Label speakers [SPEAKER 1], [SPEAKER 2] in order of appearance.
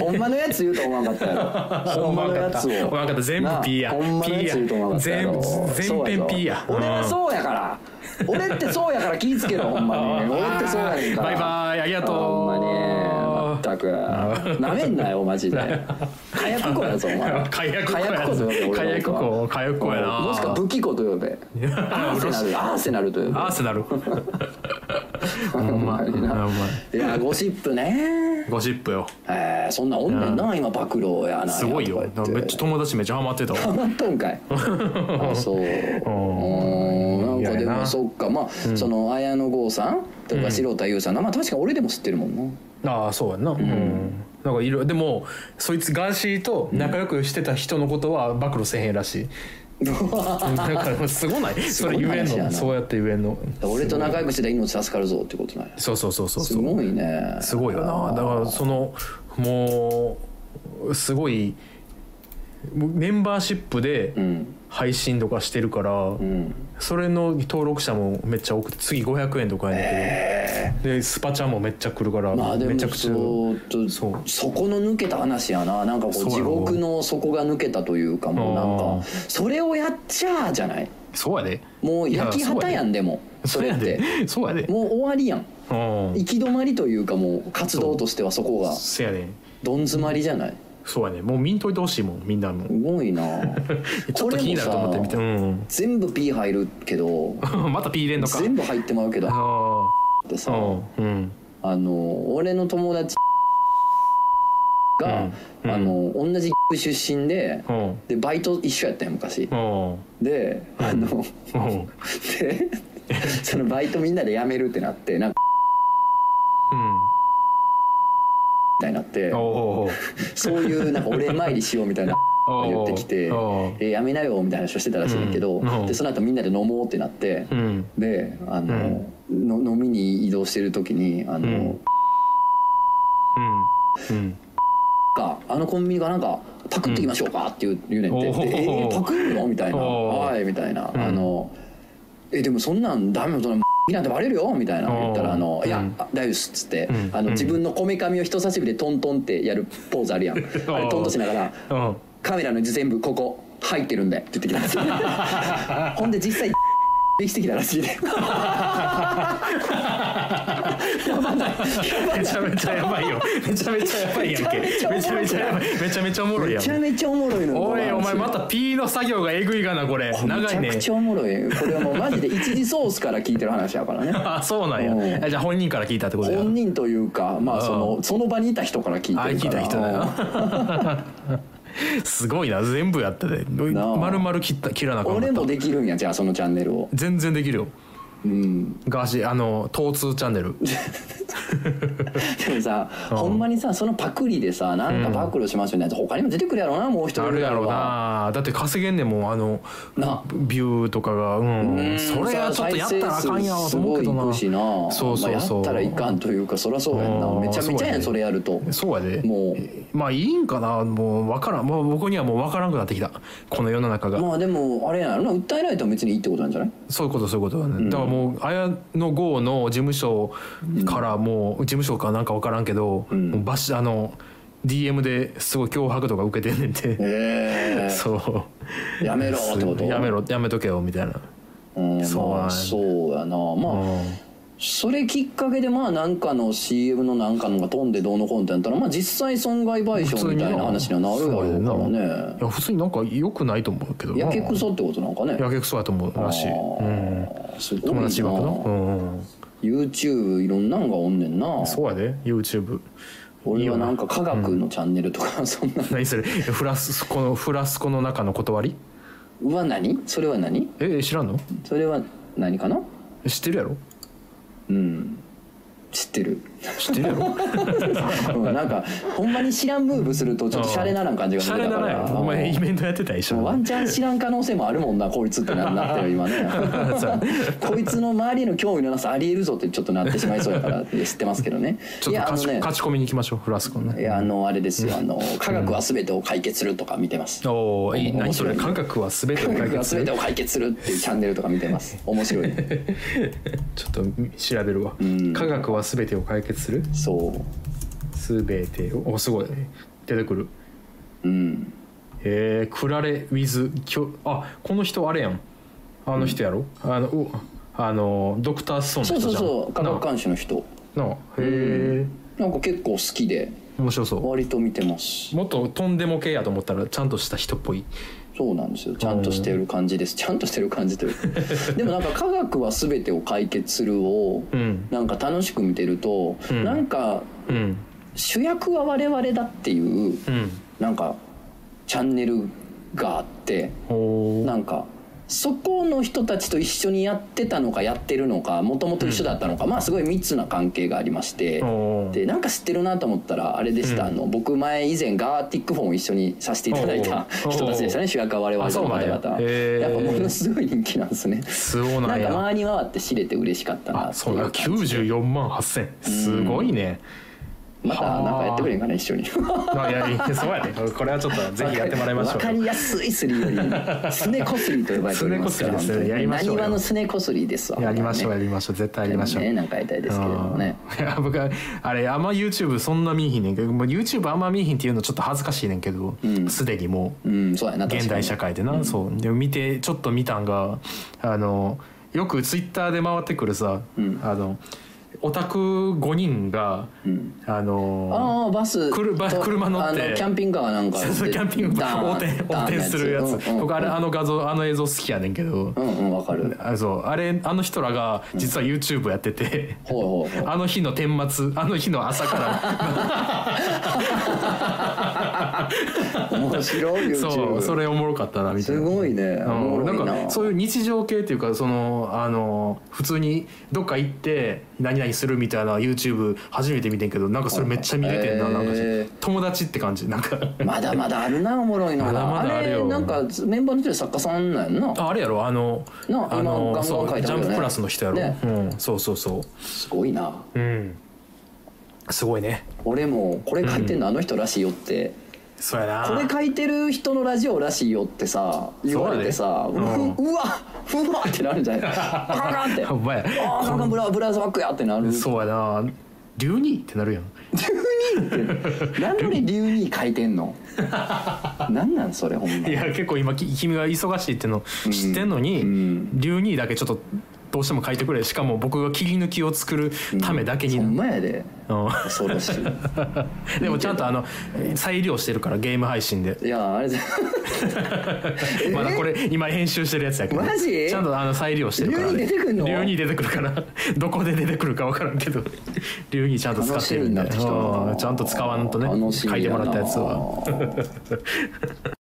[SPEAKER 1] ほんまのやつ言うと思わんかった やろ
[SPEAKER 2] ほんまかったほんまかった全部 P や
[SPEAKER 1] なあほんまのやつ言うと思わんかったやろ
[SPEAKER 2] 全部
[SPEAKER 1] そうやぞ
[SPEAKER 2] 全編 P や
[SPEAKER 1] 俺はそうやから俺ってそうやから気ぃつけろほんまに俺ってそうやねんから
[SPEAKER 2] バイバイありがとう
[SPEAKER 1] ほんまに全くなめんなよマジで火薬庫やぞお前
[SPEAKER 2] 火薬庫や
[SPEAKER 1] 庫と呼べ
[SPEAKER 2] 火薬庫火薬庫やな
[SPEAKER 1] もしくは武器庫と呼 べアーセナルアーセナルと呼べ
[SPEAKER 2] アーセナルほんま
[SPEAKER 1] ほんまにな
[SPEAKER 2] ほんま
[SPEAKER 1] いやゴシップね
[SPEAKER 2] ゴシップよ
[SPEAKER 1] えーそんなんおんねんな今暴露やな
[SPEAKER 2] すごいよ
[SPEAKER 1] やとか言
[SPEAKER 2] めっちゃ友達めっちゃハマってたわ
[SPEAKER 1] ハマっとんか いあそううんなんかで
[SPEAKER 2] いや
[SPEAKER 1] も
[SPEAKER 2] な
[SPEAKER 1] そっかまあ、その綾野剛さんとか白田優さん、まあ確か俺でも知ってるもんな
[SPEAKER 2] ああそうやんなうんなんかいろいろでもそいつガーシーと仲良くしてた人のことは暴露せへんらしい、 うんだからすごないそれ言えん
[SPEAKER 1] すごい話やな
[SPEAKER 2] のそうやって言えんの
[SPEAKER 1] 俺と仲良くしてたら命助かるぞってことなんや
[SPEAKER 2] そうそうそうそう
[SPEAKER 1] す
[SPEAKER 2] そう
[SPEAKER 1] ごいね
[SPEAKER 2] すごいよなだからそのもうすごいメンバーシップで
[SPEAKER 1] うん
[SPEAKER 2] 配信とかしてるから、
[SPEAKER 1] うん
[SPEAKER 2] それの登録者もめっちゃ多くて次500円とかやねんけど、でスパチャもめっちゃ来るから、
[SPEAKER 1] まあで
[SPEAKER 2] め
[SPEAKER 1] も
[SPEAKER 2] ちゃくちゃ
[SPEAKER 1] そうと
[SPEAKER 2] そ
[SPEAKER 1] そうこの抜けた話やななんかこ
[SPEAKER 2] そう
[SPEAKER 1] う
[SPEAKER 2] やろ
[SPEAKER 1] 地獄の底が抜けたというかもうな
[SPEAKER 2] あ
[SPEAKER 1] ん
[SPEAKER 2] ー
[SPEAKER 1] かそれをやっちゃあじゃない
[SPEAKER 2] そうやで
[SPEAKER 1] もう焼き畑やんでもそれって
[SPEAKER 2] そうやで
[SPEAKER 1] もう終わりやん
[SPEAKER 2] うん
[SPEAKER 1] 行き止まりというかもう活動としてはそこが
[SPEAKER 2] せやねん
[SPEAKER 1] どん詰まりじゃない
[SPEAKER 2] そうやねんもう見んといてほしいもんみんなの
[SPEAKER 1] すごい な
[SPEAKER 2] ちょっと気になると思って見て
[SPEAKER 1] こ
[SPEAKER 2] う
[SPEAKER 1] れもさ
[SPEAKER 2] ん
[SPEAKER 1] 全部 P 入るけど
[SPEAKER 2] また P 入れんのか
[SPEAKER 1] 全部入ってまうけど
[SPEAKER 2] あ
[SPEAKER 1] ってさ
[SPEAKER 2] あうん
[SPEAKER 1] あの俺の友達が、
[SPEAKER 2] うん
[SPEAKER 1] あの同じ出身で
[SPEAKER 2] うん
[SPEAKER 1] でバイト一緒やったんや昔
[SPEAKER 2] うん
[SPEAKER 1] であの、
[SPEAKER 2] うんうん
[SPEAKER 1] でそのバイトみんなで辞めるってなってなんかみたいになって
[SPEAKER 2] おおお
[SPEAKER 1] そういうなんかお礼参りしようみ たいな言ってきて
[SPEAKER 2] おう
[SPEAKER 1] 「えやめなよ」みたいな話をしてたらしいんだけど、
[SPEAKER 2] うんうん
[SPEAKER 1] でその後みんなで飲もうってなって
[SPEAKER 2] う、ん
[SPEAKER 1] であの、の飲みに移動してる時にあの、
[SPEAKER 2] うんうんうん
[SPEAKER 1] かあのコンビニがなんかパクってきましょうかって言う,、言うねんって
[SPEAKER 2] おー
[SPEAKER 1] でえーパクるのみたいな「
[SPEAKER 2] おー
[SPEAKER 1] はい」みたいな「
[SPEAKER 2] ん
[SPEAKER 1] あのえでもそんなんダメよそんななんてバレるよ」みたいな
[SPEAKER 2] おー
[SPEAKER 1] 言ったら「あのいや、
[SPEAKER 2] うん
[SPEAKER 1] あ大丈夫っす」っつって、
[SPEAKER 2] うん
[SPEAKER 1] あ
[SPEAKER 2] う
[SPEAKER 1] の
[SPEAKER 2] ん
[SPEAKER 1] 自分のこめかみを人差し指でトントンってやるポーズあ るやんあれトントンしながら
[SPEAKER 2] うん
[SPEAKER 1] 「カメラの全部ここ入ってるんで」って言ってきたんですよ ほんで実際 できてきたらしいね
[SPEAKER 2] めちゃめちゃやばいよめちゃめちゃやばいやんけめちゃめちゃやばいめちゃめちゃおもろい
[SPEAKER 1] め
[SPEAKER 2] やん
[SPEAKER 1] ちゃめちゃおもろいのよ
[SPEAKER 2] おいお前また P の作業がえぐいがなこれ長い
[SPEAKER 1] めちゃ
[SPEAKER 2] ね
[SPEAKER 1] くちゃおもろいこれはもうマジで一次ソースから聞いてる話やからね
[SPEAKER 2] あ そうなん
[SPEAKER 1] うん
[SPEAKER 2] やえじゃあ本人から聞いたってことや
[SPEAKER 1] 本人というかまあそのその場にいた人から聞
[SPEAKER 2] あ
[SPEAKER 1] いて
[SPEAKER 2] 聞い
[SPEAKER 1] るか
[SPEAKER 2] た
[SPEAKER 1] ら
[SPEAKER 2] 人だよすごいな全部やってて
[SPEAKER 1] なあ
[SPEAKER 2] 丸々切った切らなあかっ
[SPEAKER 1] 俺
[SPEAKER 2] た
[SPEAKER 1] もできるんやじゃあそのチャンネルを
[SPEAKER 2] 全然できるよ
[SPEAKER 1] うん
[SPEAKER 2] ガーシーあの疼痛チャンネル
[SPEAKER 1] でもさほんまにさそのパクリでさなんか暴露しましょうね他にも出てくるやろうなもう一人
[SPEAKER 2] あ
[SPEAKER 1] ぐ
[SPEAKER 2] る
[SPEAKER 1] ら
[SPEAKER 2] や
[SPEAKER 1] い
[SPEAKER 2] ろう
[SPEAKER 1] は
[SPEAKER 2] なだって稼げんねんもんあの
[SPEAKER 1] な
[SPEAKER 2] ビューとかがうん
[SPEAKER 1] うん
[SPEAKER 2] それはちょっとやったらあかんやろと思
[SPEAKER 1] 再生数すご
[SPEAKER 2] うけどな
[SPEAKER 1] いいくしな
[SPEAKER 2] そうそうそ
[SPEAKER 1] ま
[SPEAKER 2] う
[SPEAKER 1] あやったらいかんというかそりゃそうやんな
[SPEAKER 2] うん
[SPEAKER 1] めちゃめちゃやん
[SPEAKER 2] そ
[SPEAKER 1] そうれやると
[SPEAKER 2] そうやで
[SPEAKER 1] も
[SPEAKER 2] まあいいんかなもう分からんもう僕にはもう分からんくなってきたこの世の中
[SPEAKER 1] う
[SPEAKER 2] が
[SPEAKER 1] まあでもあれやろな訴えられても別にいいってことなんじゃない
[SPEAKER 2] そういうことそういうことだね、だからもう綾野剛の事務所からもう事務所かなんか分からんけど、もうバシあの DM ですごい脅迫とか受けてんねんて、
[SPEAKER 1] え
[SPEAKER 2] そう
[SPEAKER 1] やめろってこと
[SPEAKER 2] やめろやめとけよみたいな
[SPEAKER 1] えうん
[SPEAKER 2] そうなん
[SPEAKER 1] ま
[SPEAKER 2] や
[SPEAKER 1] あそうやなまあそれきっかけでまあなんかの CM のなんかのが飛んでどうのこうのってなったらまあ実際損害賠償みたいな話にはなるわけだ
[SPEAKER 2] そうや
[SPEAKER 1] からね
[SPEAKER 2] いや普通になんか良くないと思うけどな
[SPEAKER 1] やけくそってことなんかね
[SPEAKER 2] やけくそやと思うらしい、うん、
[SPEAKER 1] あーすごい
[SPEAKER 2] 友
[SPEAKER 1] な
[SPEAKER 2] 達枠の、うん
[SPEAKER 1] YouTube いろんなんがおんねんな
[SPEAKER 2] そうやで YouTube
[SPEAKER 1] 俺はなんか科学のチャンネルとか、そんな
[SPEAKER 2] 何それフラスコのフラスコの中の断り
[SPEAKER 1] うわ何それは何
[SPEAKER 2] え知らんの
[SPEAKER 1] それは何かな
[SPEAKER 2] 知ってるやろ
[SPEAKER 1] うん知って る
[SPEAKER 2] 知ってるやろ
[SPEAKER 1] うんなんかほんまに知らんムーブするとちょっとシャレならん感じが
[SPEAKER 2] シ
[SPEAKER 1] す
[SPEAKER 2] ャ
[SPEAKER 1] る
[SPEAKER 2] レならんやろお前イベントやってた一緒
[SPEAKER 1] もう
[SPEAKER 2] に
[SPEAKER 1] ワンチャン知らん可能性もあるもんなこいつってななってる今 ねこいつの周りへの興味のなさありえるぞってちょっとなってしまいそうやからって知ってますけどね
[SPEAKER 2] ちょ
[SPEAKER 1] い
[SPEAKER 2] っと
[SPEAKER 1] やあ
[SPEAKER 2] 勝
[SPEAKER 1] のね
[SPEAKER 2] ち,、勝ち込みに行きましょうフラスコ
[SPEAKER 1] い
[SPEAKER 2] ね
[SPEAKER 1] やあのあれですよあの科学は全てを解決するとか見てます
[SPEAKER 2] おおいい
[SPEAKER 1] 面
[SPEAKER 2] 何そ
[SPEAKER 1] 白い
[SPEAKER 2] れ感覚は全てを
[SPEAKER 1] 科
[SPEAKER 2] 解
[SPEAKER 1] 学は
[SPEAKER 2] 決 す
[SPEAKER 1] 全
[SPEAKER 2] る
[SPEAKER 1] てを解決するっていうチャンネルとか見てます面白い
[SPEAKER 2] ちょっと調べるわ
[SPEAKER 1] ん
[SPEAKER 2] 科学は全てを解決する
[SPEAKER 1] そう
[SPEAKER 2] すべてをおすごい出てくる
[SPEAKER 1] うん
[SPEAKER 2] えー、クラレ・ウィズ・キョあこの人あれやんあの人やろ、あのおあのドクター・ストー
[SPEAKER 1] そ
[SPEAKER 2] ン
[SPEAKER 1] う
[SPEAKER 2] の
[SPEAKER 1] そ
[SPEAKER 2] 人
[SPEAKER 1] う
[SPEAKER 2] じゃん
[SPEAKER 1] そう科学監視の人
[SPEAKER 2] なあなあへえ
[SPEAKER 1] なんか結構好きで
[SPEAKER 2] 面白そ
[SPEAKER 1] 割と見てます
[SPEAKER 2] うもっととんでも系やと思ったらちゃんとした人っぽい
[SPEAKER 1] そうなんですよちゃんとしてる感じですちゃんとしてる感じというか でもなんか科学は全てを解決するを
[SPEAKER 2] うん
[SPEAKER 1] なんか楽しく見てると、
[SPEAKER 2] うん
[SPEAKER 1] なんか
[SPEAKER 2] うん
[SPEAKER 1] 主役は我々だっていう
[SPEAKER 2] うん
[SPEAKER 1] なんかチャンネルがあって
[SPEAKER 2] お
[SPEAKER 1] なんかそこの人たちと一緒にやってたのかやってるのかもともと一緒だったのか、まあすごい密な関係がありまして。
[SPEAKER 2] お
[SPEAKER 1] でなんか知ってるなと思ったらあれでした、
[SPEAKER 2] うん
[SPEAKER 1] あの僕前以前ガーティックフォンを一緒にさせていただいた
[SPEAKER 2] おうおう
[SPEAKER 1] 人たちでしたね主役は我々
[SPEAKER 2] あそう
[SPEAKER 1] の
[SPEAKER 2] なん
[SPEAKER 1] 方
[SPEAKER 2] や
[SPEAKER 1] 々
[SPEAKER 2] へー
[SPEAKER 1] やっぱものすごい人気なんですね
[SPEAKER 2] そう
[SPEAKER 1] な
[SPEAKER 2] なん
[SPEAKER 1] んか
[SPEAKER 2] や
[SPEAKER 1] 回り回って知れて嬉しかったな
[SPEAKER 2] あ
[SPEAKER 1] って
[SPEAKER 2] そ
[SPEAKER 1] いうう
[SPEAKER 2] だ
[SPEAKER 1] 感じ
[SPEAKER 2] 94万8000すごいね、
[SPEAKER 1] またなんかやってくれんかな一緒 に
[SPEAKER 2] あいやいやそうやねこれはちょっとぜひやってもらいましょ
[SPEAKER 1] わか
[SPEAKER 2] う
[SPEAKER 1] りやすいすりよりすねこすりと呼ばれておりますから
[SPEAKER 2] すねこすりですねやりましょうよ
[SPEAKER 1] なにわのすねこすりですわ
[SPEAKER 2] やりましょうや
[SPEAKER 1] り
[SPEAKER 2] りましょう絶対やりましょう、
[SPEAKER 1] ねなんかやりたいですけれどもね
[SPEAKER 2] うんいや僕はあれあんま YouTube そんな見えひんねんけどもう YouTube あんま見えひんっていうのちょっと恥ずかしいねんけど
[SPEAKER 1] ん
[SPEAKER 2] すで、にもう
[SPEAKER 1] うんそうやな確かに
[SPEAKER 2] 現代社会でな、そうで見てちょっと見たんがあのよく Twitter で回ってくるさ、
[SPEAKER 1] うん
[SPEAKER 2] あのオタク5人が、
[SPEAKER 1] ん
[SPEAKER 2] あの
[SPEAKER 1] ああバス
[SPEAKER 2] くるバ
[SPEAKER 1] と
[SPEAKER 2] 車乗って
[SPEAKER 1] あのキャンピングカーなんか
[SPEAKER 2] そうそうキャンピングカー横
[SPEAKER 1] ダーン
[SPEAKER 2] 転横
[SPEAKER 1] ダーン
[SPEAKER 2] 転するやつ
[SPEAKER 1] うんうん
[SPEAKER 2] 僕あれあの画像あの映像好きやねんけど
[SPEAKER 1] うんうんわかる
[SPEAKER 2] あそうあれあの人らが実は YouTube やってて。
[SPEAKER 1] ほうほうほう
[SPEAKER 2] あの日の顛末あの日の朝から
[SPEAKER 1] 面白い YouTube
[SPEAKER 2] そうそれおもろかったなみたい
[SPEAKER 1] す
[SPEAKER 2] な。
[SPEAKER 1] ごいね
[SPEAKER 2] う
[SPEAKER 1] おも
[SPEAKER 2] ん、
[SPEAKER 1] ろ
[SPEAKER 2] ない
[SPEAKER 1] なん
[SPEAKER 2] かそういう日常系っていうかそのあの普通にどっか行って何々するみたいな YouTube 初めて見てんけどなんかそれめっちゃ見れてんな,、
[SPEAKER 1] へー
[SPEAKER 2] なんか友達って感じな んか
[SPEAKER 1] まだまだあるなおもろいのが
[SPEAKER 2] まだまだあるよ
[SPEAKER 1] れなんかメンバーの人で作家さんなんやんな
[SPEAKER 2] ああれやろあの
[SPEAKER 1] な
[SPEAKER 2] あ
[SPEAKER 1] 今ガンガ
[SPEAKER 2] の
[SPEAKER 1] ン
[SPEAKER 2] そう
[SPEAKER 1] 書いて
[SPEAKER 2] ジ
[SPEAKER 1] あ
[SPEAKER 2] ャ
[SPEAKER 1] るよね
[SPEAKER 2] ンププラスの人やろ、
[SPEAKER 1] ね
[SPEAKER 2] うん、そうそうそ
[SPEAKER 1] すごいな
[SPEAKER 2] う、うん、すごいね
[SPEAKER 1] 俺もこれ書いてんのあの人らしいよって
[SPEAKER 2] そうやな
[SPEAKER 1] これ書いてる人のラジオらしいよってさ言われてさ
[SPEAKER 2] そううだね
[SPEAKER 1] うわうわってなるんじゃないあかんあかんって
[SPEAKER 2] やばい
[SPEAKER 1] あーあかんブラブラザーバックやってなる
[SPEAKER 2] そうやな龍二ってなるやん
[SPEAKER 1] なんで俺竜に書いてんのなんなんそれほんま
[SPEAKER 2] いや結構今き君が忙しいっての知ってんのに、
[SPEAKER 1] うん
[SPEAKER 2] 龍兄だけちょっとどうしても書いてくれしかも僕が切り抜きを作るためだけに、
[SPEAKER 1] ほんまやで
[SPEAKER 2] う
[SPEAKER 1] 恐ろしい
[SPEAKER 2] んでもちゃんとあの再利用してるからゲーム配信で
[SPEAKER 1] いやあれじゃ
[SPEAKER 2] まだこれ今編集してるやつやけど
[SPEAKER 1] マジ
[SPEAKER 2] ちゃんとあの再利用してるから、
[SPEAKER 1] 龍兄出てくんの
[SPEAKER 2] 龍兄出てくるから どこで出てくるか分からんけど龍兄ちゃんと使ってるんで
[SPEAKER 1] 楽しみになってきたな
[SPEAKER 2] うんちゃんと使わんとね
[SPEAKER 1] 楽しみ
[SPEAKER 2] 書いてもらったやつは。